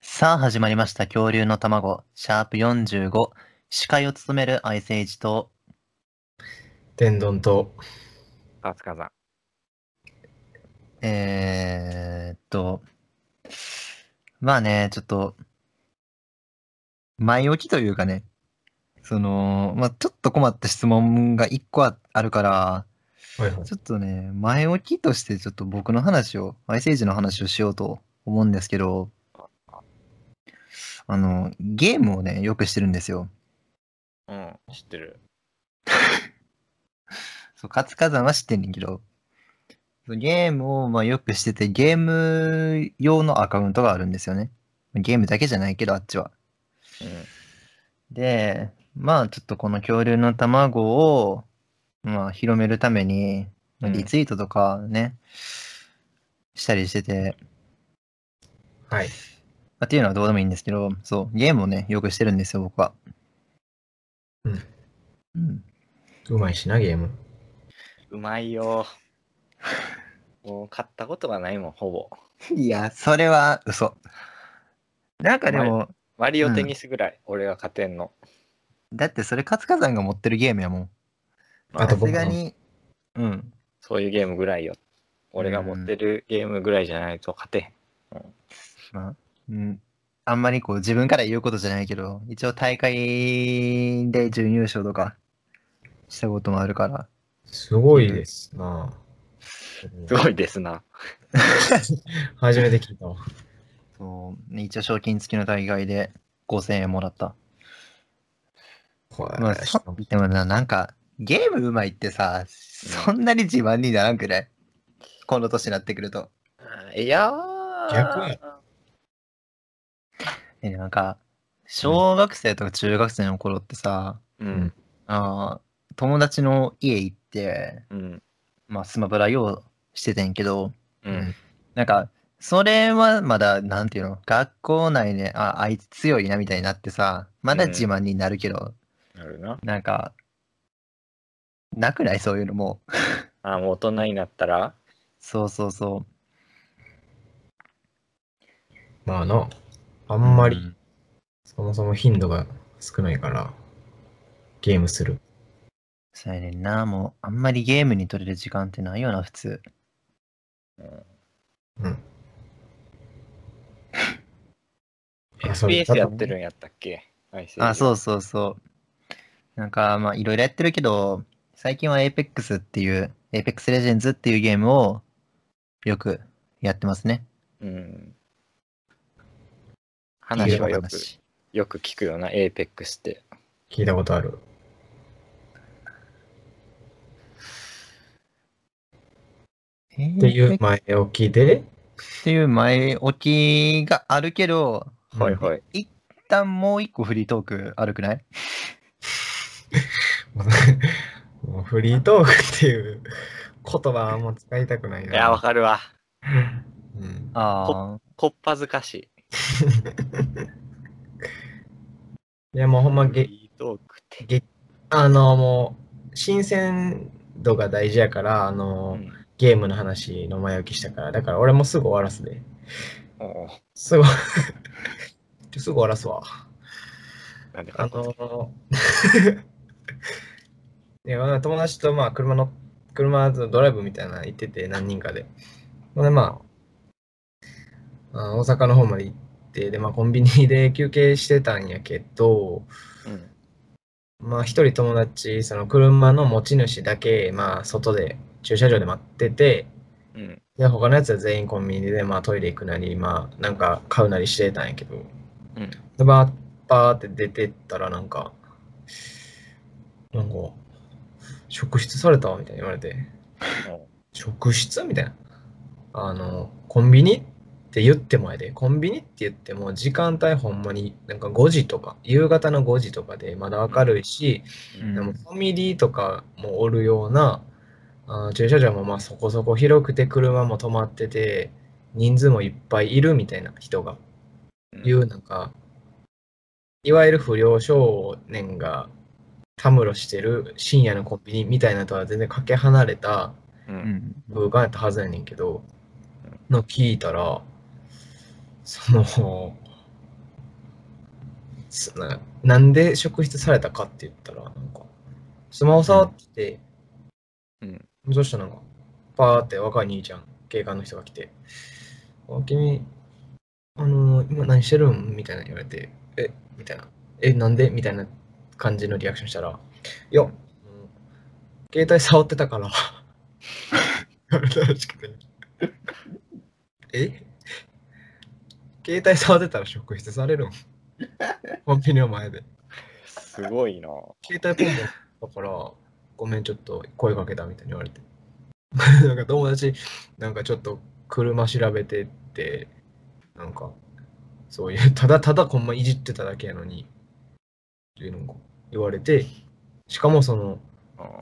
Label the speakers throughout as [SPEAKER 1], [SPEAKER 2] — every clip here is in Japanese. [SPEAKER 1] さあ始まりました恐竜の卵シャープ45司会を務めるアイスエイジと
[SPEAKER 2] 天丼と
[SPEAKER 3] あつかさん。
[SPEAKER 1] えー、っとまあねちょっと前置きというかねそのまあちょっと困った質問が1個ああるから
[SPEAKER 2] はいはい
[SPEAKER 1] ちょっとね前置きとしてちょっと僕の話をアイスエイジの話をしようと思うんですけどあのゲームをねよくしてるんですよ
[SPEAKER 3] うん、知ってる。
[SPEAKER 1] そう、活火山は知ってんねんけど、そうゲームをまあよくしてて、ゲーム用のアカウントがあるんですよね。ゲームだけじゃないけど、あっちは。で、まあちょっとこの恐竜の卵を、まあ、広めるために、まあ
[SPEAKER 3] うん
[SPEAKER 1] リツイートとかね、したりしてて、
[SPEAKER 2] はい
[SPEAKER 1] まあっていうのはどうでもいいんですけど、そう、ゲームをね、よくしてるんですよ、僕は。
[SPEAKER 2] うん。
[SPEAKER 1] うん。
[SPEAKER 2] うまいしなゲーム
[SPEAKER 3] うん、うまい よ。もう買ったことがないもん、ほぼ。
[SPEAKER 1] いや、それは嘘。なんかで
[SPEAKER 3] お
[SPEAKER 1] も、
[SPEAKER 3] マリオテニスぐらい、俺が勝てんの。
[SPEAKER 1] だってそれ活火山が持ってるゲームやもん。
[SPEAKER 3] ま
[SPEAKER 2] あ
[SPEAKER 1] さ
[SPEAKER 2] と僕
[SPEAKER 1] すがに、うん。
[SPEAKER 3] そういうゲームぐらいよ。俺が持ってるゲームぐらいじゃないと勝てん。
[SPEAKER 1] まあ、うん。あんまりこう自分から言うことじゃないけど、一応大会で準優勝とかしたこともあるから。
[SPEAKER 2] すごいですな
[SPEAKER 3] すごいですな。
[SPEAKER 2] 初めて聞いたわ
[SPEAKER 1] そうね一応賞金付きの大会で5000円もらった。
[SPEAKER 2] はい
[SPEAKER 1] まあ、そでもな、なんか、ゲームうまいってさ、そんなに自慢にならんくないこの年になってくると。
[SPEAKER 3] いやー。
[SPEAKER 2] 逆や
[SPEAKER 1] え、なんか、小学生とか中学生の頃ってさ、
[SPEAKER 3] うん。
[SPEAKER 1] あー友達の家行って、
[SPEAKER 3] うん。
[SPEAKER 1] まあ、スマブラ用してたんやけど、
[SPEAKER 3] うん。
[SPEAKER 1] なんか、それはまだ、なんていうの、学校内で、あ、あいつ強いなみたいになってさ、まだ自慢になるけど、
[SPEAKER 3] なるな。
[SPEAKER 1] なんか、なくないそういうのも。
[SPEAKER 3] あ、もう大人になったら、
[SPEAKER 1] そうそうそ
[SPEAKER 2] まあなあ
[SPEAKER 1] う。
[SPEAKER 2] んま
[SPEAKER 1] う
[SPEAKER 2] りそもそも頻度が少ないからゲームする
[SPEAKER 1] そうやねんな、もう、あんまりゲームに取れる時間ってないよな、普通。
[SPEAKER 2] うんあそれ
[SPEAKER 3] FPS やってるんやったっけ。
[SPEAKER 1] あ、そううそうそう。なんか、まあ、いろいろやってるけど、最近は Apex っていう、Apex Legends っていうゲームを、よくやってますね。
[SPEAKER 3] うん。話はよく、
[SPEAKER 1] 話
[SPEAKER 3] よく聞くよな、APEX って。
[SPEAKER 2] 聞いたことあるっていう前置きで
[SPEAKER 1] っていう前置きがあるけど、
[SPEAKER 3] はいはい。
[SPEAKER 1] 一旦もう一個フリートークあるくない
[SPEAKER 2] もうフリートークっていう言葉はあんま使いたくない
[SPEAKER 3] い
[SPEAKER 2] な
[SPEAKER 3] や、わかるわ。
[SPEAKER 2] うん
[SPEAKER 1] ああ、
[SPEAKER 3] こっぱずかし
[SPEAKER 2] いやもうほんま
[SPEAKER 3] い。
[SPEAKER 2] ゲ
[SPEAKER 3] リートークって。
[SPEAKER 2] あのもう新鮮度が大事やからあの、
[SPEAKER 3] うん
[SPEAKER 2] ゲームの話の前置きしたからだから俺もすぐ終わらすで
[SPEAKER 3] おう
[SPEAKER 2] すぐ すぐ終わらすわ
[SPEAKER 3] なんで
[SPEAKER 2] あ
[SPEAKER 3] か
[SPEAKER 2] の いやまあ友達とまあ車の車のドライブみたいなの行ってて何人かでほんでまああの大阪の方まで行ってでまあコンビニで休憩してたんやけど
[SPEAKER 3] うん
[SPEAKER 2] まあ一人友達その車の持ち主だけまあ外で駐車場で待ってて
[SPEAKER 3] うん。
[SPEAKER 2] で他のやつは全員コンビニでまあトイレ行くなりまあなんか買うなりしてたんやけど
[SPEAKER 3] うん。
[SPEAKER 2] でバーバーって出てったらなんかなんか職質されたみたいに言われて
[SPEAKER 3] おう
[SPEAKER 2] 職質みたいなあのコンビニって言ってもやでコンビニって言っても時間帯ほんまになんか5時とか夕方の5時とかでまだ明るいし、
[SPEAKER 1] うん
[SPEAKER 2] でもファミリーとかもおるようなあー駐車場もまあそこそこ広くて車も止まってて人数もいっぱいいるみたいな人がい
[SPEAKER 3] うん
[SPEAKER 2] うなんかいわゆる不良少年がたむろしてる深夜のコンビニみたいなとは全然かけ離れた
[SPEAKER 3] う。
[SPEAKER 1] うんん。
[SPEAKER 2] 空間やったはずやねんけどの聞いたらそのすななんで職質されたかって言ったら、なんか、スマホ触ってて、
[SPEAKER 3] うん
[SPEAKER 2] そしたらなんか、パーって若い兄ちゃん、警官の人が来て、あ君、あのー今何してるんみたいな言われて、えみたいな、え、なんでみたいな感じのリアクションしたら、いや、あの携帯触ってたから、 言われたらしくて、え携帯触ってたら職質されるん コンビニの前で。
[SPEAKER 3] すごいな。
[SPEAKER 2] 携帯ポンポンだから、ごめん、ちょっと声かけたみたいに言われて。 なんか友達、なんかちょっと車調べてって、なんか、そういう、ただただこんまいじってただけやのに、っていうのを言われて、しかもその、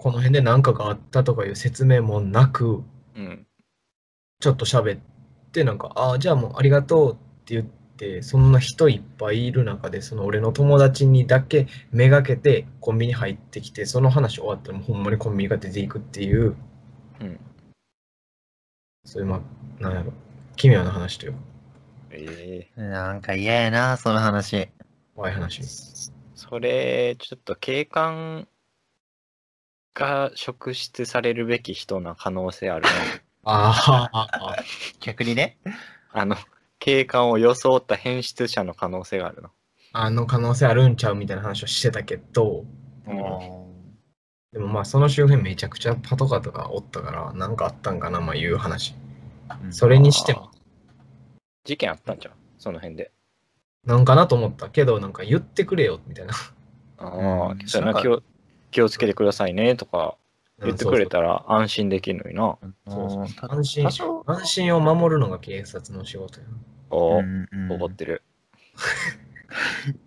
[SPEAKER 2] この辺で何かがあったとかいう説明もなく、
[SPEAKER 3] うん。
[SPEAKER 2] ちょっと喋って、なんか、ああ、じゃあもうありがとうって言って、そんな人いっぱいいる中で、その俺の友達にだけめがけてコンビニ入ってきて、その話終わったらもうほんまにコンビニが出ていくっていう、
[SPEAKER 3] うん
[SPEAKER 2] そういう、まあ、なんやろ、奇妙な話というか、
[SPEAKER 3] ええ
[SPEAKER 1] なんか嫌やな、その話。
[SPEAKER 2] 怖い話。
[SPEAKER 3] それ、ちょっと警官が職質されるべき人な可能性あるな。
[SPEAKER 2] ああ、
[SPEAKER 1] 逆にね。
[SPEAKER 3] あの、警官を装った変質者の可能性があるな。
[SPEAKER 2] あの可能性あるんちゃうみたいな話をしてたけど、でもまあその周辺めちゃくちゃパトカーとかおったから、なんかあったんかな、まあいう話。それにしても
[SPEAKER 3] あー。事件あったんじゃん、その辺で。
[SPEAKER 2] なんかなと思ったけど、なんか言ってくれよ、みたいな。
[SPEAKER 3] あ
[SPEAKER 1] う
[SPEAKER 3] あ
[SPEAKER 1] ん、
[SPEAKER 3] それ
[SPEAKER 1] なんか
[SPEAKER 3] な気を気をつけてくださいねとか言ってくれたら安心できるのにな。
[SPEAKER 1] うん
[SPEAKER 2] そうそう
[SPEAKER 1] た
[SPEAKER 2] 安心
[SPEAKER 1] 多少
[SPEAKER 2] 安心を守るのが警察の仕事やな。
[SPEAKER 3] お
[SPEAKER 1] う
[SPEAKER 3] ー
[SPEAKER 1] んうん
[SPEAKER 3] 怒ってる。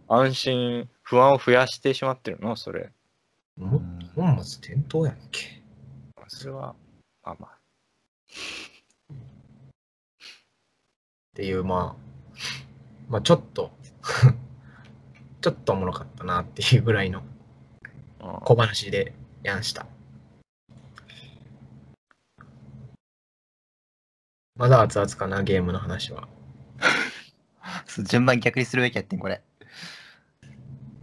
[SPEAKER 3] 安心、不安を増やしてしまってるのそれ。
[SPEAKER 2] も本末転倒やんけ。
[SPEAKER 3] それは、まあまあ。
[SPEAKER 2] っていう、まあ、まあちょっと、 ちょっとおもろかったなっていうぐらいの
[SPEAKER 3] あー
[SPEAKER 2] 小話でやんした。まだ熱々かな、ゲームの話は。
[SPEAKER 1] そう順番逆にするべきやってん、これ。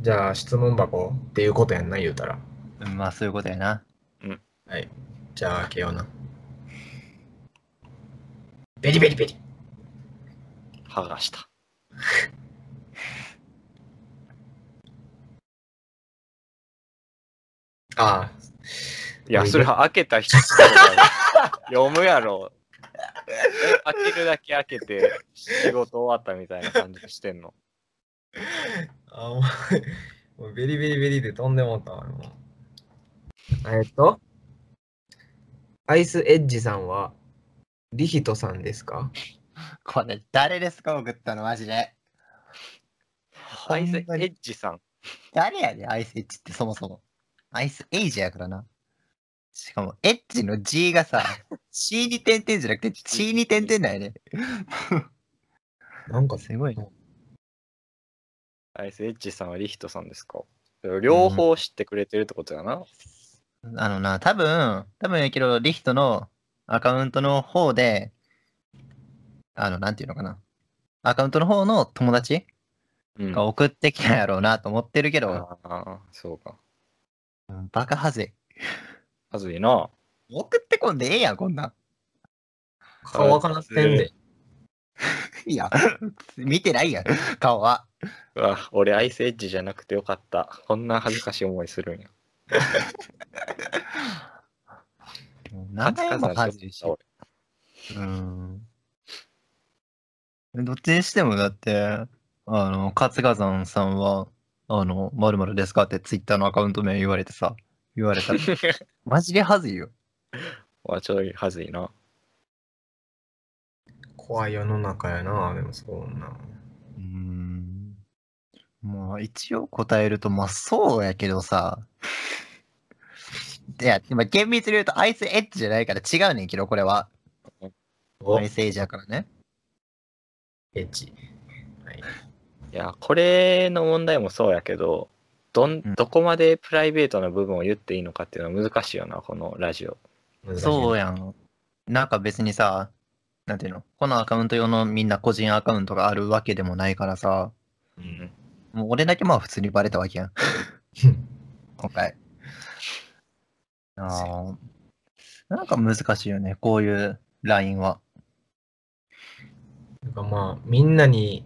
[SPEAKER 2] じゃあ質問箱っていうことやんな、言うたら。
[SPEAKER 1] うんまあ、そういうことやな。
[SPEAKER 2] はい。じゃあ開けような。ベリベリベリ。
[SPEAKER 3] 剥がした。
[SPEAKER 2] ああ、
[SPEAKER 3] いや、
[SPEAKER 2] うん
[SPEAKER 3] それは開けた人しか読むやろ。え開けるだけ開けて仕事終わったみたいな感じしてんの。
[SPEAKER 2] あ、お前、 もうベリベリベリで飛んでもうたわ、もうえっと、アイスエッジさんは、リヒトさんですか
[SPEAKER 1] これ、誰ですか送ったの、マジで。
[SPEAKER 3] アイスエ
[SPEAKER 1] ほんまに
[SPEAKER 3] ッジさん。
[SPEAKER 1] 誰やねんアイスエッジってそもそも。アイスエイジやからな。しかも、エッジの G がさ、C に点々じゃなくて、C に点々だよね。
[SPEAKER 2] なんか、
[SPEAKER 1] すごいな。
[SPEAKER 3] アイスエッジさんはリヒトさんですか両方知ってくれてるってことやな。
[SPEAKER 1] あのな、多分、多分やけど、リヒトのアカウントの方で、あの、なんていうのかな。アカウントの方の友達
[SPEAKER 3] うん
[SPEAKER 1] が送ってきたやろうなと思ってるけど、
[SPEAKER 3] ああ、そうか。
[SPEAKER 1] うんバカはずい。
[SPEAKER 3] はずいな。
[SPEAKER 1] 送ってこんでええやん、こんなん。
[SPEAKER 2] 顔わからってんで。
[SPEAKER 1] いや、見てないやん、顔は。
[SPEAKER 3] うわ、俺アイスエッジじゃなくてよかった。こんな恥ずかしい思いするんや。
[SPEAKER 1] 名前もはずいし。
[SPEAKER 3] 俺
[SPEAKER 1] うん。どっちにしてもだって、あの、活火山さんは、あの、まるですかってツイッターのアカウント名言われてさ、言われたら。マジではずいよ。
[SPEAKER 3] うわ、ちょいはずいな。
[SPEAKER 2] 怖い世の中やな、でもそうな。
[SPEAKER 1] うん。まあ、一応答えると、まあ、そうやけどさ。いや、まあ、厳密に言うと、アイスエッジじゃないから違うねんけど、これは。
[SPEAKER 2] お
[SPEAKER 1] アイスエッジやからね。
[SPEAKER 2] エッジ。
[SPEAKER 3] いや、これの問題もそうやけど、どん
[SPEAKER 1] うん
[SPEAKER 3] どこまでプライベートな部分を言っていいのかっていうのは難しいよな、このラジオ。
[SPEAKER 2] 難しい
[SPEAKER 1] そうやん。なんか別にさ、なんていうの、このアカウント用のみんな個人アカウントがあるわけでもないからさ、
[SPEAKER 3] うん、
[SPEAKER 1] もう俺だけまあ普通にバレたわけやん。今回。ああ。なんか難しいよね、こういうラインは。
[SPEAKER 2] なんかまあ、みんなに、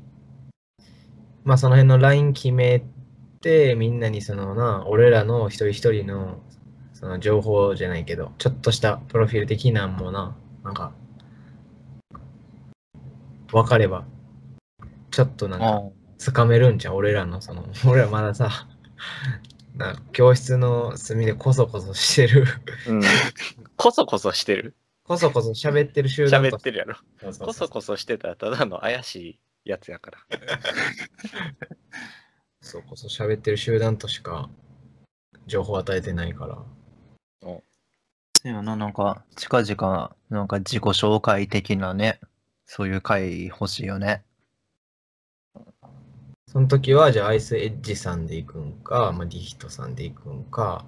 [SPEAKER 2] まあその辺のライン決めて、みんなにそのな、俺らの一人一人の、その情報じゃないけど、ちょっとしたプロフィール的なんもな、なんか、わかれば、ちょっとなんか、
[SPEAKER 1] あ
[SPEAKER 2] つかめるんじゃん、俺らのそ の、俺らまださ、なんか教室の隅でこそこそしてる、
[SPEAKER 3] うん。こそこそしてる。
[SPEAKER 2] こそこそ喋ってる集団
[SPEAKER 3] 喋ってるやろ。
[SPEAKER 2] そうそう
[SPEAKER 3] こそこそしてたらただの怪しいやつやから。
[SPEAKER 2] そうこそ喋ってる集団としか情報を与えてないから。
[SPEAKER 1] そうやな、なんか近々、なんか自己紹介的なね、そういう回欲しいよね。
[SPEAKER 2] その時は、じゃあアイスエッジさんで行くんか、まあ、リヒトさんで行くんか、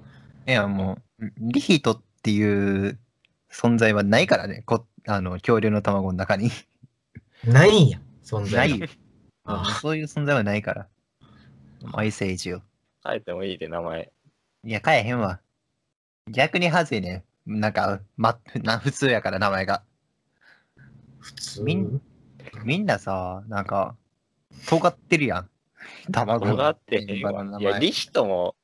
[SPEAKER 1] いや、もう、リヒートっていう存在はないからね、こあの恐竜の卵の中に。
[SPEAKER 2] ないんや、存
[SPEAKER 1] な
[SPEAKER 2] 在が
[SPEAKER 1] いよ。
[SPEAKER 2] あ
[SPEAKER 1] そういう存在はないから。アイスエイジよ。
[SPEAKER 3] 書いてもいいで、名前。
[SPEAKER 1] いや、変えへんわ。逆にはずいね。なんか、ま、な普通やから、名前が。
[SPEAKER 2] 普通
[SPEAKER 1] みんみんなさ、なんか、尖ってる やん。卵の
[SPEAKER 3] 尖ってへん
[SPEAKER 1] バラの
[SPEAKER 3] わ。い
[SPEAKER 1] 名
[SPEAKER 3] や、
[SPEAKER 1] 前
[SPEAKER 3] リヒトも、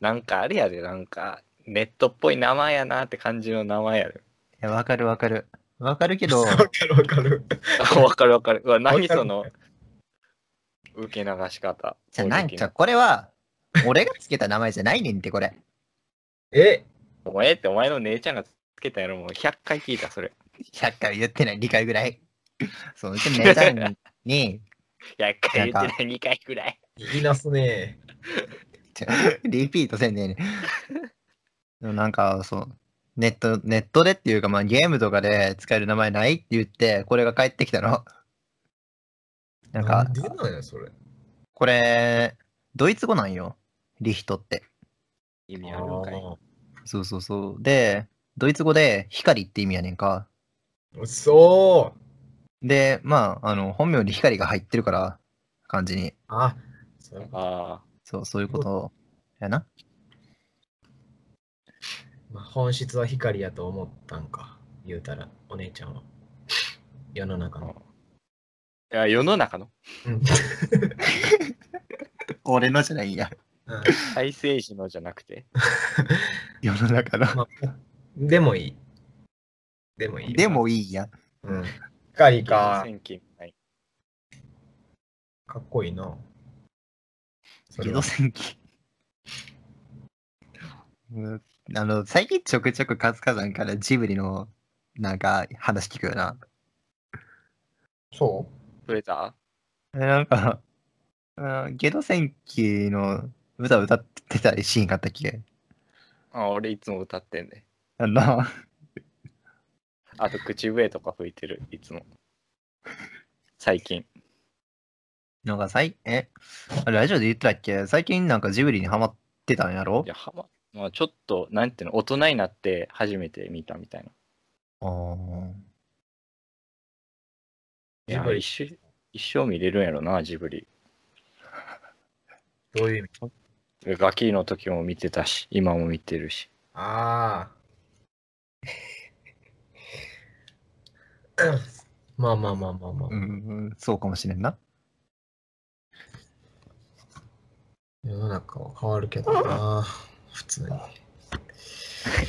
[SPEAKER 3] なんかあれやで、なんか、ネットっぽい名前やなって感じの名前やで。
[SPEAKER 1] いや、わかるわかる。わかるけ ど、
[SPEAKER 2] わかるわかる。
[SPEAKER 3] あ わかるわかる。うわ、何
[SPEAKER 2] わかる
[SPEAKER 3] その、受け流し方。
[SPEAKER 1] じゃあ、なんか、これは、俺がつけた名前じゃないねんって、これ。
[SPEAKER 2] え
[SPEAKER 3] お前ってお前の姉ちゃんがつけたやろ、もう100回聞いた、それ。
[SPEAKER 1] 100回言ってない、2回ぐらい。そう、うちの姉ちゃん に、
[SPEAKER 3] 100回言ってない、2回くらい。
[SPEAKER 2] 言いなすね。
[SPEAKER 1] ちょ リピートせんねえね。でもなんか、そう、ネット、ネットでっていうか、まあゲームとかで使える名前ないって言って、これが返ってきたの。なんか、
[SPEAKER 2] 出ないよ、それ。
[SPEAKER 1] これ、ドイツ語なんよ。リヒトって。
[SPEAKER 3] 意味あるんかい。
[SPEAKER 2] あ
[SPEAKER 1] そうそうそう。で、ドイツ語で光って意味やねんか。
[SPEAKER 2] ーそう。
[SPEAKER 1] で、まあ、あの、本名に光が入ってるから、感じに。
[SPEAKER 2] あ、そう
[SPEAKER 3] あ
[SPEAKER 1] そう、そういうことやな。
[SPEAKER 2] まあ、本質は光やと思ったんか、言うたら、お姉ちゃんは。世の中の。
[SPEAKER 3] あ。いや、世の中の
[SPEAKER 2] うん
[SPEAKER 1] 俺のじゃないんや。
[SPEAKER 2] うん
[SPEAKER 3] 再生時のじゃなくて。
[SPEAKER 1] 世の中の。
[SPEAKER 2] まあ、でもいい。でもいいよ。
[SPEAKER 1] でもいいや。
[SPEAKER 2] うん、光か。
[SPEAKER 3] 戦記みたい
[SPEAKER 2] かっこいいな。そ
[SPEAKER 1] 自
[SPEAKER 2] れは
[SPEAKER 1] 動戦記。うんあの、最近ちょくちょくカツカさんからジブリのなんか話聞くよな。
[SPEAKER 2] そ
[SPEAKER 3] 増えた
[SPEAKER 1] えなんか、うんゲド戦記の歌歌ってたりシーンがあったっけ
[SPEAKER 3] あ俺いつも歌ってんね。
[SPEAKER 1] あの、
[SPEAKER 3] あと口笛とか吹いてる、いつも。最近。
[SPEAKER 1] なんか最、え、ラジオで言ってたっけ最近なんかジブリにハマってたんやろ
[SPEAKER 3] いや、はま、まあ、ちょっと、なんていうの、大人になって初めて見たみたいな。
[SPEAKER 1] あー
[SPEAKER 3] いや
[SPEAKER 2] ジブリ
[SPEAKER 3] 一生、一生見れるんやろな、ジブリ。
[SPEAKER 2] うどういう意味
[SPEAKER 3] ガキの時も見てたし、今も見てるし。
[SPEAKER 2] あ あ。まあまあまあまあまあ。
[SPEAKER 1] うん、うんそうかもしれんな。
[SPEAKER 2] 世の中は変わるけどな。普通に。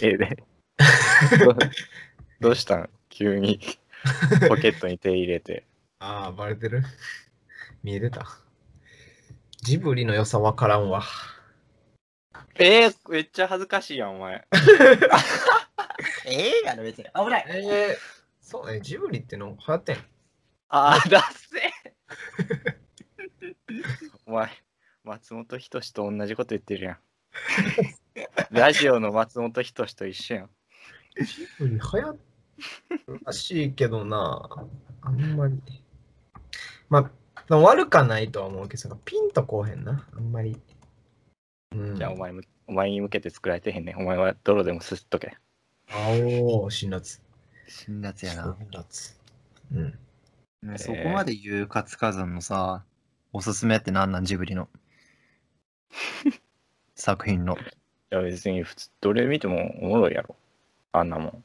[SPEAKER 3] ええで。ど どうしたん急にポケットに手入れて。
[SPEAKER 2] ああ、バレてる 見えてた。ジブリの良さわからんわ。
[SPEAKER 3] えー、めっちゃ恥ずかしいやん、お前。
[SPEAKER 1] ええやろ別に。危ない。
[SPEAKER 2] ええそうね、ジブリっての流行ってん。
[SPEAKER 3] あー、だっせお前、松本人志と同じこと言ってるやん。ラジオの松本人志と一緒やん。
[SPEAKER 2] ジブリ流行るらしいけどな。あんまり。まあ、でも悪かないとは思うけどさ、ピンとこうへんな。あんまり。うん。
[SPEAKER 3] じゃあお前む、お前に向けて作られてへんねん。お前は泥でもすすっとけ。
[SPEAKER 2] 青、辛辣。
[SPEAKER 1] 辛辣やな。
[SPEAKER 2] 辛辣。うん。
[SPEAKER 1] ね
[SPEAKER 3] えー
[SPEAKER 1] そこまで言う活火山のさ、おすすめってなんなんジブ リの作品の
[SPEAKER 3] いや別に普通どれ見てもおもろいやろあんなもん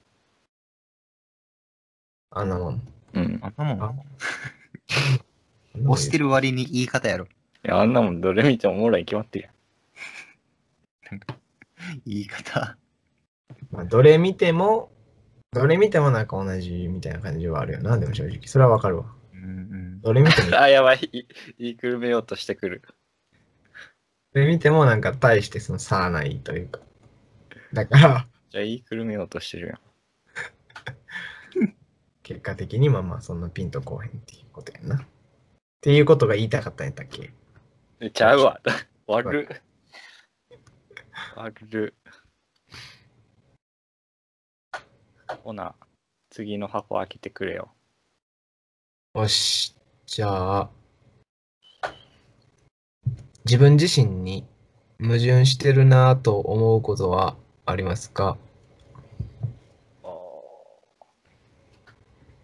[SPEAKER 2] あんなもん。
[SPEAKER 3] うん
[SPEAKER 1] あんなもん
[SPEAKER 2] あんなもん
[SPEAKER 1] 押してる割に言い方やろ
[SPEAKER 3] いやあんなもんどれ見てもおもろいに決まってる
[SPEAKER 1] 言い方
[SPEAKER 2] まあ、どれ見ても、どれ見てもなんか同じみたいな感じはあるよな、でも正直。それはわかるわ。
[SPEAKER 1] うんうん
[SPEAKER 2] どれ見 ても
[SPEAKER 3] やん、 あやばいい言いくるめようとしてくる
[SPEAKER 2] どれ見てもなんか大してその差はないというか。だから、
[SPEAKER 3] じゃあ言いくるめようとしてるやん
[SPEAKER 2] 結果的にまあまあそんなピンとこうへんっていうことやな。っていうことが言いたかったんやったっけ
[SPEAKER 3] えちゃう わ悪る悪るほな次の箱開けてくれよ
[SPEAKER 2] よし。じゃあ、自分自身に矛盾してるなぁと思うことはありますか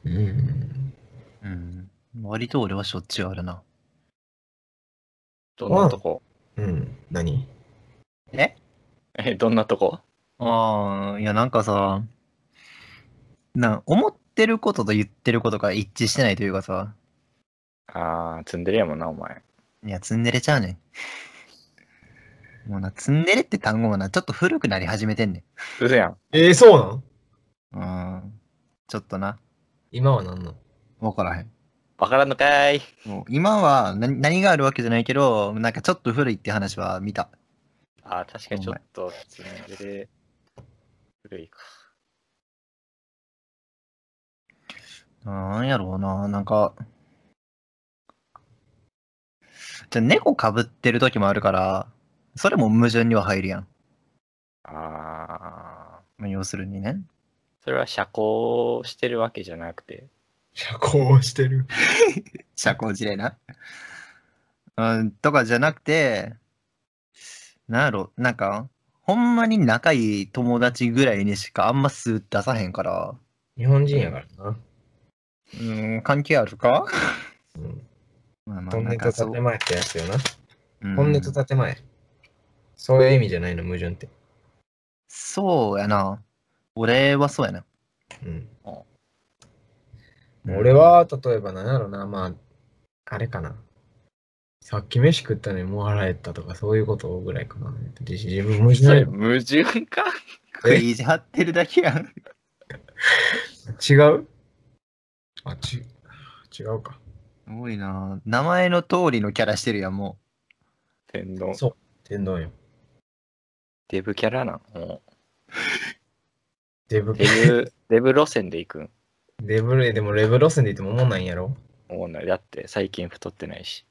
[SPEAKER 2] うん。
[SPEAKER 1] うん割と俺はしょっちゅうあるな
[SPEAKER 3] どんなとこ
[SPEAKER 2] うん。何
[SPEAKER 3] えどんなとこ
[SPEAKER 1] ああいやなんかさなん思ってることと言ってることが一致してないというかさ
[SPEAKER 3] ああ積んでるやもんなお前
[SPEAKER 1] いやツンデレちゃうねんもうなツンデレって単語もなちょっと古くなり始めてんね
[SPEAKER 3] うやん
[SPEAKER 2] えー、そうなん
[SPEAKER 1] んうんちょっとな
[SPEAKER 2] 今は何なん
[SPEAKER 1] 分からへん
[SPEAKER 3] わからんのかーい
[SPEAKER 1] もう今は何何があるわけじゃないけどなんかちょっと古いって話は見た
[SPEAKER 3] ああ確かにちょっと積んでる古いか
[SPEAKER 1] なんやろうな、なんか。じゃあ猫かぶってる時もあるから、それも矛盾には入るやん。
[SPEAKER 3] ああ
[SPEAKER 1] まあ要するにね。
[SPEAKER 3] それは社交してるわけじゃなくて
[SPEAKER 2] 社交をしてる。
[SPEAKER 1] 社交辞令な。うん、とかじゃなくて、なんやろ、なんか、ほんまに仲いい友達ぐらいにしかあんま素出さへんから、
[SPEAKER 2] 日本人やからな。
[SPEAKER 1] うん、関係あるか
[SPEAKER 2] うん。
[SPEAKER 1] まあまあ
[SPEAKER 2] 本
[SPEAKER 1] な
[SPEAKER 2] 音
[SPEAKER 1] ん
[SPEAKER 2] と
[SPEAKER 1] かそう
[SPEAKER 2] 建前ってやつよな。
[SPEAKER 1] うん
[SPEAKER 2] 本音と建前。そういう意味じゃないの、矛盾って。
[SPEAKER 1] そうやな。俺はそうやな。
[SPEAKER 2] うん。
[SPEAKER 1] うん
[SPEAKER 2] 俺は、例えば何やろな、まあ、あれかな。さっき飯食ったのにもう腹減ったとか、そういうことぐらいかな。自自分もし
[SPEAKER 3] そ
[SPEAKER 2] ない
[SPEAKER 3] れ矛盾か
[SPEAKER 1] 食い意地張ってるだけやん。
[SPEAKER 2] 違うあ、ち、違うか。
[SPEAKER 1] すごいな名前の通りのキャラしてるやん、も
[SPEAKER 3] 天丼
[SPEAKER 2] そう。天丼よ。
[SPEAKER 3] デブキャラなの
[SPEAKER 2] デブ、
[SPEAKER 3] デブ デブ路線で行くん
[SPEAKER 2] デブレ、でもレブ路線で言っても思んないんやろ
[SPEAKER 3] 思うないだって最近太ってないし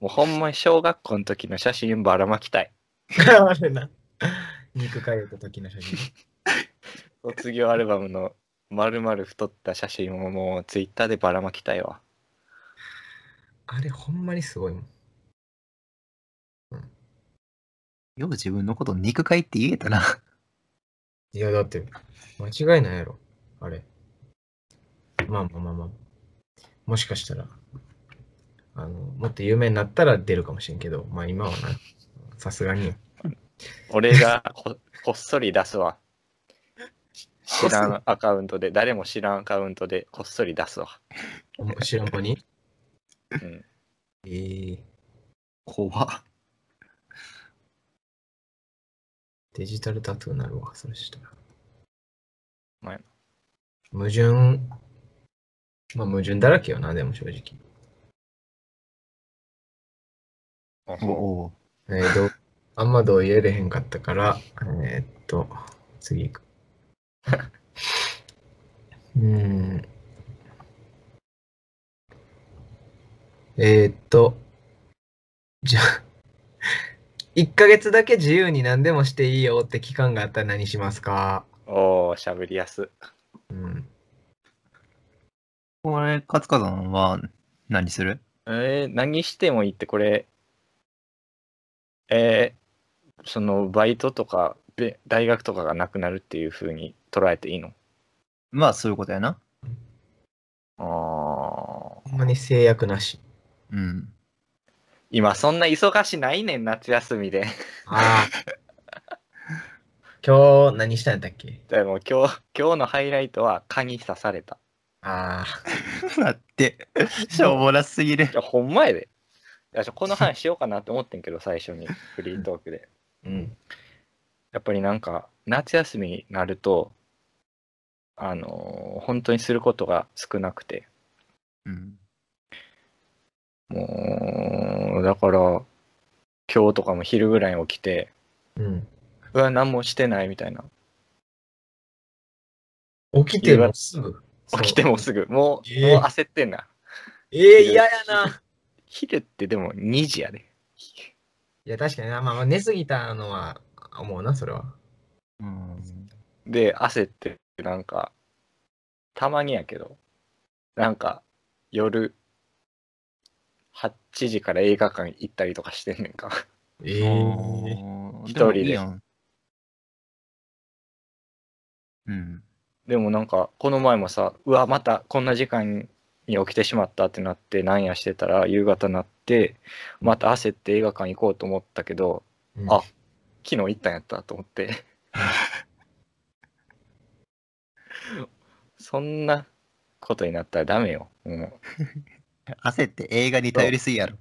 [SPEAKER 3] もうほんまに小学校の時の写真ばらまきたい
[SPEAKER 2] あれな。肉かゆた時の写真。
[SPEAKER 3] 卒業アルバムのまるまる太った写真をもうツイッターでばらまきたいわ
[SPEAKER 2] あれほんまにすごいもん。
[SPEAKER 1] う。よう自分のこと肉塊って言えたな。
[SPEAKER 2] いや、だって、間違いないやろ。あれ。まあまあまあまあ。もしかしたら、あの、もっと有名になったら出るかもしれんけど、まあ今はな、さすがに。
[SPEAKER 3] 俺がこ こっそり出すわ知らんアカウントで誰も知らんアカウントでこっそり出すわ、
[SPEAKER 2] 知らん子に
[SPEAKER 3] うん、
[SPEAKER 2] えー、
[SPEAKER 1] 怖っ。
[SPEAKER 2] デジタルタトゥーになるわ、それしたら。
[SPEAKER 3] まあ
[SPEAKER 2] 矛盾、まあ矛盾だらけよな、でも正直。
[SPEAKER 3] あ
[SPEAKER 1] お
[SPEAKER 3] そう
[SPEAKER 1] お
[SPEAKER 2] えー、どうあんまどう言えれへんかったから、えーっと、次行く。 うーん。えーっと、じゃあ、1ヶ月だけ自由に何でもしていいよって期間があったら何しますか
[SPEAKER 3] おーしゃぶりやす
[SPEAKER 2] うん。
[SPEAKER 1] これ、カツカさんは何する
[SPEAKER 3] えー、何してもいいってこれえー、そのバイトとかべ大学とかがなくなるっていう風に捉えていいの
[SPEAKER 1] まあ、そういうことやな。
[SPEAKER 3] あ
[SPEAKER 2] んまに制約なし。
[SPEAKER 1] うん。
[SPEAKER 3] 今そんな忙しないねん、夏休みで。
[SPEAKER 2] ああ。今日何したんやったっけ
[SPEAKER 3] でも今日、今日のハイライトは蚊に刺された。
[SPEAKER 2] ああ。
[SPEAKER 1] だって、しょうもなすぎる
[SPEAKER 3] い。や、ほんまやで。いやちょこの話しようかなって思ってんけど、最初に、フリートークで。
[SPEAKER 2] うん。
[SPEAKER 3] やっぱりなんか、夏休みになると、あのー本当にすることが少なくて。
[SPEAKER 1] うん。
[SPEAKER 3] もう、だから、今日とかも昼ぐらいに起きて、
[SPEAKER 2] うん。
[SPEAKER 3] うわ、何もしてないみたいな。
[SPEAKER 2] 起きてもすぐ。そう
[SPEAKER 3] 起きてもすぐ。もう、
[SPEAKER 2] えー
[SPEAKER 3] もう焦ってんな。
[SPEAKER 2] ええ嫌やな。
[SPEAKER 3] 昼ってでも2時やで。
[SPEAKER 2] いや、確かにな。まあまあ、寝すぎたのは思うな、それは。
[SPEAKER 1] うん。
[SPEAKER 3] で、焦って、なんか、たまにやけど、なんか、夜、8時から映画館行ったりとかしてんねんか。
[SPEAKER 2] ええ
[SPEAKER 1] 一
[SPEAKER 3] 一人で
[SPEAKER 1] ん。うん。
[SPEAKER 3] でもなんか、この前もさ、うわ、またこんな時間に起きてしまったってなって、なんやしてたら、夕方になって、また焦って映画館行こうと思ったけど、
[SPEAKER 2] うん
[SPEAKER 3] あ昨日行ったんやったと思って。そんなことになったらダメよ。もう
[SPEAKER 1] 焦って映画に頼りすぎやろ。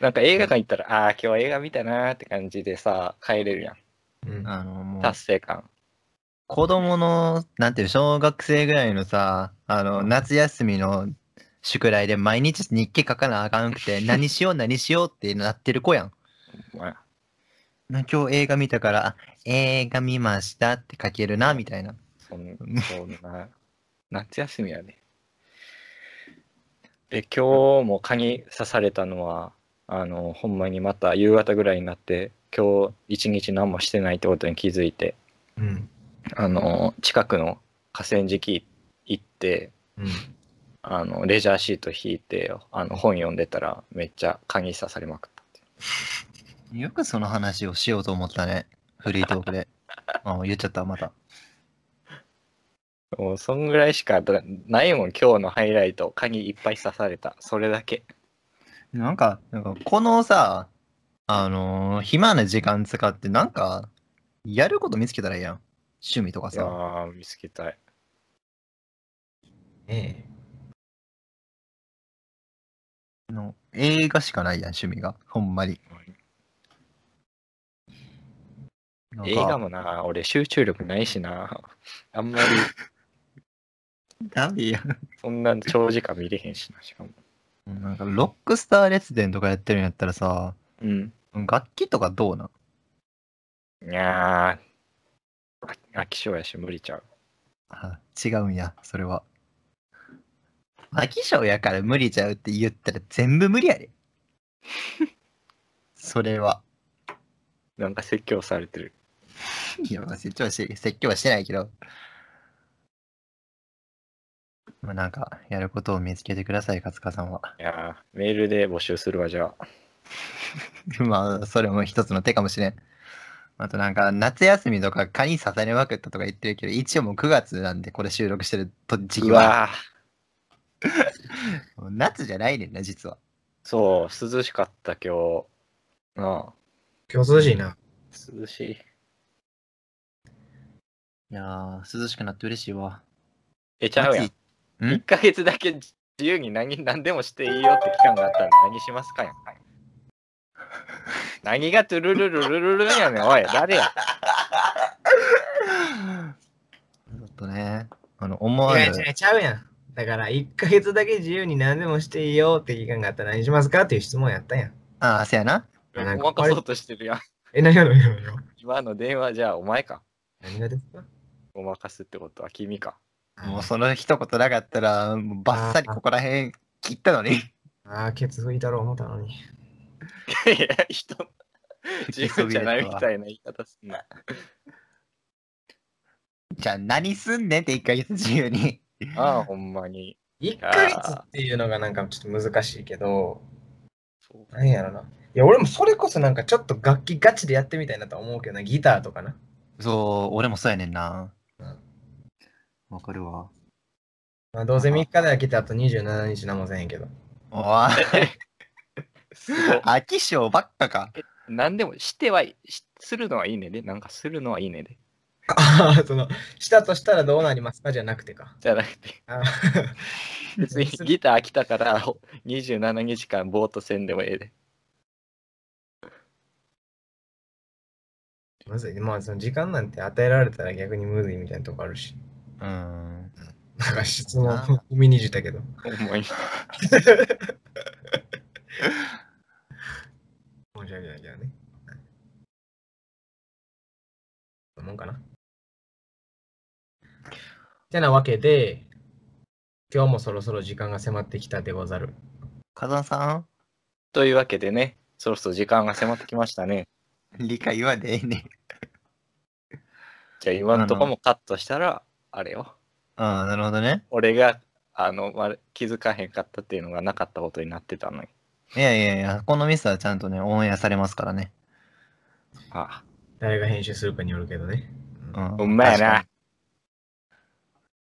[SPEAKER 3] なんか映画館行ったら、ああー、今日は映画見たなーって感じでさ、帰れるやん。
[SPEAKER 2] うん
[SPEAKER 1] あの、もう、
[SPEAKER 3] 達成感。
[SPEAKER 1] 子供の、なんていうの、小学生ぐらいのさ、あの、夏休みの宿題で毎日日記書かなあかんくて、何しよう何しようってなってる子やん。
[SPEAKER 3] まあ
[SPEAKER 1] な今日映画見たから、あ映画見ましたって書けるな、みたいな。
[SPEAKER 3] そんそんな、 夏休みやね。で、今日も蚊に刺されたのは、あの、ほんまにまた夕方ぐらいになって、今日一日何もしてないってことに気づいて、
[SPEAKER 2] うん。
[SPEAKER 3] あの、近くの河川敷行って、
[SPEAKER 2] うん。
[SPEAKER 3] あの、レジャーシート引いて、あの、本読んでたら、めっちゃ蚊に刺されまくったっていう。
[SPEAKER 1] よくその話をしようと思ったね。フリートークで。あ言っちゃった、また。
[SPEAKER 3] もう、そんぐらいしかだないもん、今日のハイライト、蚊にいっぱい刺された。それだけ。
[SPEAKER 1] なんか、なんかこのさ、あのー暇な時間使って、なんか、やること見つけたらいいやん。趣味とか
[SPEAKER 3] いや
[SPEAKER 1] さ。
[SPEAKER 3] ー、見つけたい。
[SPEAKER 2] ええ。
[SPEAKER 1] あの映画しかないやん、趣味が。ほんまに。なんか
[SPEAKER 3] 映画もな、俺集中力ないしな。あ んまり
[SPEAKER 1] ダメやん。
[SPEAKER 3] そんな長時間見れへんしな、しかも。
[SPEAKER 1] なんか、ロックスター列伝とかやってるんやったらさ、
[SPEAKER 3] うん。
[SPEAKER 1] 楽器とかどうなん
[SPEAKER 3] いやー、あ飽き性やし無理ちゃう。
[SPEAKER 1] あ違うんや、それは。飽き性やから無理ちゃうって言ったら全部無理やで。 それは。
[SPEAKER 3] なんか説教されてる。
[SPEAKER 1] いや、まあ説教はし、説教はしてないけど。まあ、なんか、やることを見つけてください、勝川さんは。
[SPEAKER 3] いやー、メールで募集するわ、じゃあ。
[SPEAKER 1] まあ、それも一つの手かもしれん。あとなんか、夏休みとか蚊に刺されまくったとか言ってるけど、一応もう9月なんで、これ収録してると時期
[SPEAKER 3] う
[SPEAKER 1] は。
[SPEAKER 3] わー、
[SPEAKER 1] もう夏じゃないねんな、実は。
[SPEAKER 3] そう、涼しかった、今日。なあ、
[SPEAKER 2] 今日涼しいな。
[SPEAKER 3] 涼しい。
[SPEAKER 1] いやー、涼しくなって嬉しいわ。
[SPEAKER 3] え、ちゃうやん。
[SPEAKER 1] ん
[SPEAKER 3] 1ヶ月だけ自由に何何でもしていいよって期間があったら何しますか やん。何がトゥルルルルルルンやねん、おい、誰や。
[SPEAKER 1] ちょっとね、あの、思わ
[SPEAKER 2] い
[SPEAKER 1] ぬ
[SPEAKER 2] や、ちゃちゃうやん。だから、1ヶ月だけ自由に何でもしていいよって期間があったら何しますかっていう質問やったやん。
[SPEAKER 1] ああ、せやな。
[SPEAKER 3] ごまかそうとしてるやん。
[SPEAKER 2] え、何やろ何やろ
[SPEAKER 3] 今の電話じゃあお前か。
[SPEAKER 2] 何がですか
[SPEAKER 3] ごまかすってことは君か。
[SPEAKER 1] もうその一言なかったら、もうバッサリここら辺切ったのに。
[SPEAKER 2] ああ、ケツ拭いたろう思ったのに。
[SPEAKER 3] いや、 人、自分じゃないみたいな言い方すん な。
[SPEAKER 1] じゃあ何すんねんって1ヶ月自由に。
[SPEAKER 3] ああ、ほんまに。
[SPEAKER 2] 1ヶ月っていうのがなんかちょっと難しいけど、
[SPEAKER 3] そう
[SPEAKER 2] 何やろな。いや、俺もそれこそなんかちょっと楽器ガチでやってみたいなとは思うけどな、ギターとかな。
[SPEAKER 1] そう、俺もそうやねんな
[SPEAKER 2] うん。
[SPEAKER 1] わかるわ。
[SPEAKER 2] まあ、どうせ3日で飽きた後27日何もせへんけど。
[SPEAKER 1] おー
[SPEAKER 3] すごい
[SPEAKER 1] 飽き性ばっかか。
[SPEAKER 3] 何でもしてはいしするのはいいねでなんかするのはいいねで
[SPEAKER 2] ああ、その、したとしたらどうなりますかじゃなくてか。
[SPEAKER 3] じゃなくて
[SPEAKER 2] あ
[SPEAKER 3] 別にギター飽きたから27日間ボートせんでもええで
[SPEAKER 2] ーむずい。まあ、その時間なんて与えられたら逆にむずいみたいなとこあるし。
[SPEAKER 1] うーん。
[SPEAKER 2] なんか質問を踏みにじったけど。
[SPEAKER 3] 思い
[SPEAKER 2] 申し訳ないけどね。そんなもんかな。てなわけで、今日もそろそろ時間が迫ってきたでござる。
[SPEAKER 1] 火山さ
[SPEAKER 3] というわけでねそろそろ時間が迫ってきましたね
[SPEAKER 1] ん、 理解はでえね。
[SPEAKER 3] じゃあ今のとこもカットしたらあれよ
[SPEAKER 1] ああ、なるほどね。
[SPEAKER 3] 俺があの、まあ、気づかへんかったっていうのがなかったことになってたのに
[SPEAKER 1] いやいやいや、このミスはちゃんとね、オンエアされますからね。
[SPEAKER 3] あ
[SPEAKER 2] 誰が編集するかによるけどね。
[SPEAKER 1] うん
[SPEAKER 3] あうまいな。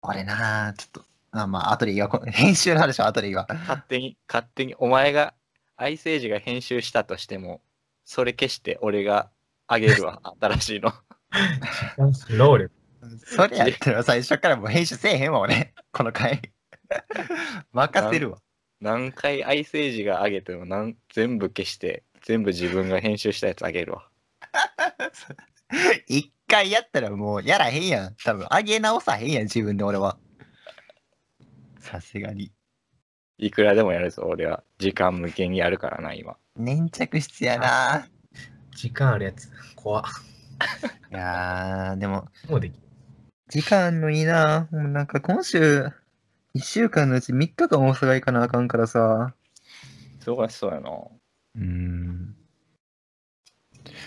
[SPEAKER 1] 俺な、ちょっと。あまあ、後でいいわ。こ 編集の話は後でいいわ。
[SPEAKER 3] 勝手に勝手にお前が愛イジが編集したとしてもそれ消して俺があげるわ新しいの
[SPEAKER 2] 労力。
[SPEAKER 1] それやったら最初からもう編集せえへんわ、俺。この回。 任せるわ。
[SPEAKER 3] 何回愛イジがあげてもなん全部消して全部自分が編集したやつあげるわ
[SPEAKER 1] 一回やったらもうやらへんやん。多分、上げ直さへんやん、自分で俺は。さすがに。
[SPEAKER 3] いくらでもやるぞ俺は時間無限にやるからな今
[SPEAKER 1] 粘着質やな。
[SPEAKER 2] 時間あるやつ。怖っ
[SPEAKER 1] いやー、でも、
[SPEAKER 2] もうできる。
[SPEAKER 1] 時間あんのいいな。もうなんか今週、一週間のうち3日間大阪行かなあかんからさ。
[SPEAKER 3] 忙しそうやな
[SPEAKER 1] うーん。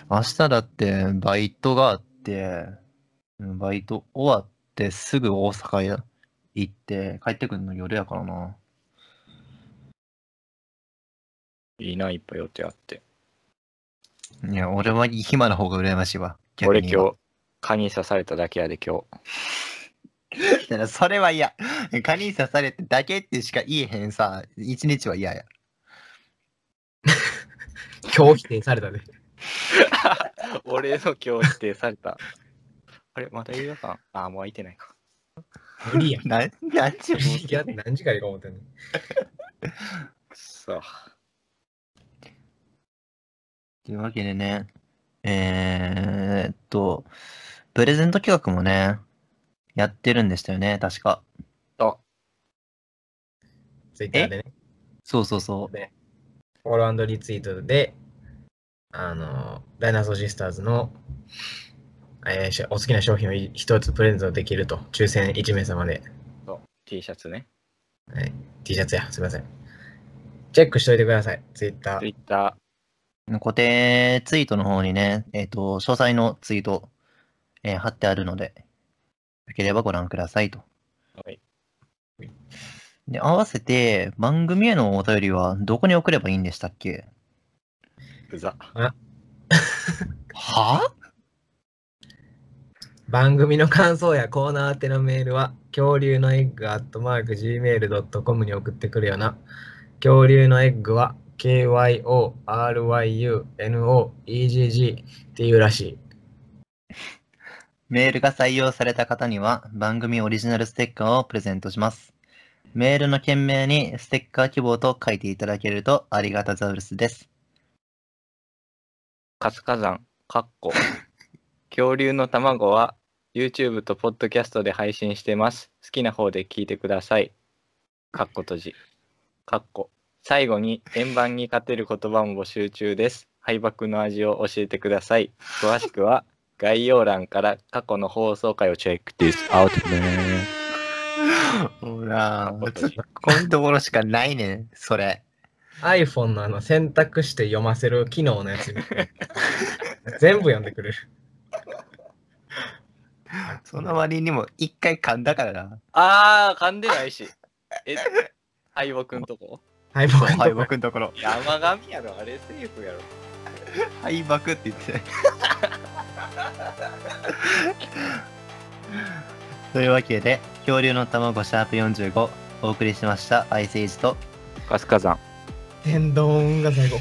[SPEAKER 1] 明日だって、バイトがあって、うんバイト終わってすぐ大阪や行って、帰ってくるの夜やからな。
[SPEAKER 3] いいないっぱい予定あって
[SPEAKER 1] いや、俺は暇な方が羨ましいわ。
[SPEAKER 3] 俺
[SPEAKER 1] 逆に
[SPEAKER 3] 今日蚊に刺されただけやで今日
[SPEAKER 1] だから それは嫌。蚊に刺されてだけってしか言えへんさ、一日は嫌や。
[SPEAKER 2] 今日否定され たで。
[SPEAKER 3] 俺の今日否定された あれまだ映画館あもう開いてないか
[SPEAKER 2] 無理やん。
[SPEAKER 1] なん、なんちゅう
[SPEAKER 2] 無理やって何時からか思ってんの
[SPEAKER 3] そう
[SPEAKER 1] というわけでね、えーっと、プレゼント企画もね、やってるんでしたよね、確か。
[SPEAKER 3] と
[SPEAKER 2] ツイッターでね。
[SPEAKER 1] そうそうそう。
[SPEAKER 2] フォローリツイートで、あの、ダイナソーシスターズの、えーしお好きな商品をい一つプレゼントできると、抽選1名様で、
[SPEAKER 3] そう T シャツね
[SPEAKER 2] T シャツや、すいません。チェックしといてください、ツイッター。
[SPEAKER 3] Twitter
[SPEAKER 1] 固定ツイートの方にね、えーっと、詳細のツイート、えー貼ってあるので、よければご覧くださいと。
[SPEAKER 3] はい
[SPEAKER 1] で、合わせて、番組へのお便りはどこに送ればいいんでしたっけ
[SPEAKER 3] うざ
[SPEAKER 1] はぁ
[SPEAKER 2] 番組の感想やコーナー宛てのメールは、恐竜のエッグアットマーク Gmail.com に送ってくるよな。恐竜のエッグは、KYORYUNOEGG っていうらしい。
[SPEAKER 1] メールが採用された方には番組オリジナルステッカーをプレゼントします。メールの件名にステッカー希望と書いていただけるとありがたザウルス です。
[SPEAKER 3] 活火山かっこ恐竜の卵は YouTube と Podcast で配信してます好きな方で聞いてくださいかっこ閉じかっこ最後に円盤に勝てる言葉も募集中です敗北の味を教えてください詳しくは概要欄から過去の放送回をチェック this out ね
[SPEAKER 1] ほら
[SPEAKER 3] ー
[SPEAKER 1] 突っ込みどころしかないねん、それ。
[SPEAKER 2] iPhone のあの選択して読ませる機能のやつ に全部読んでくれる。
[SPEAKER 1] その割にも一回噛んだからな。
[SPEAKER 3] あー噛んでないしえ敗北んとこ
[SPEAKER 2] はい、もう
[SPEAKER 1] 敗北のところ。
[SPEAKER 3] 山神やろあれセーフやろ
[SPEAKER 1] 敗北って言ってた。 というわけで、恐竜の卵シャープ45、お送りしました、アイスエイジと、
[SPEAKER 3] 春日山
[SPEAKER 2] 天丼が最後。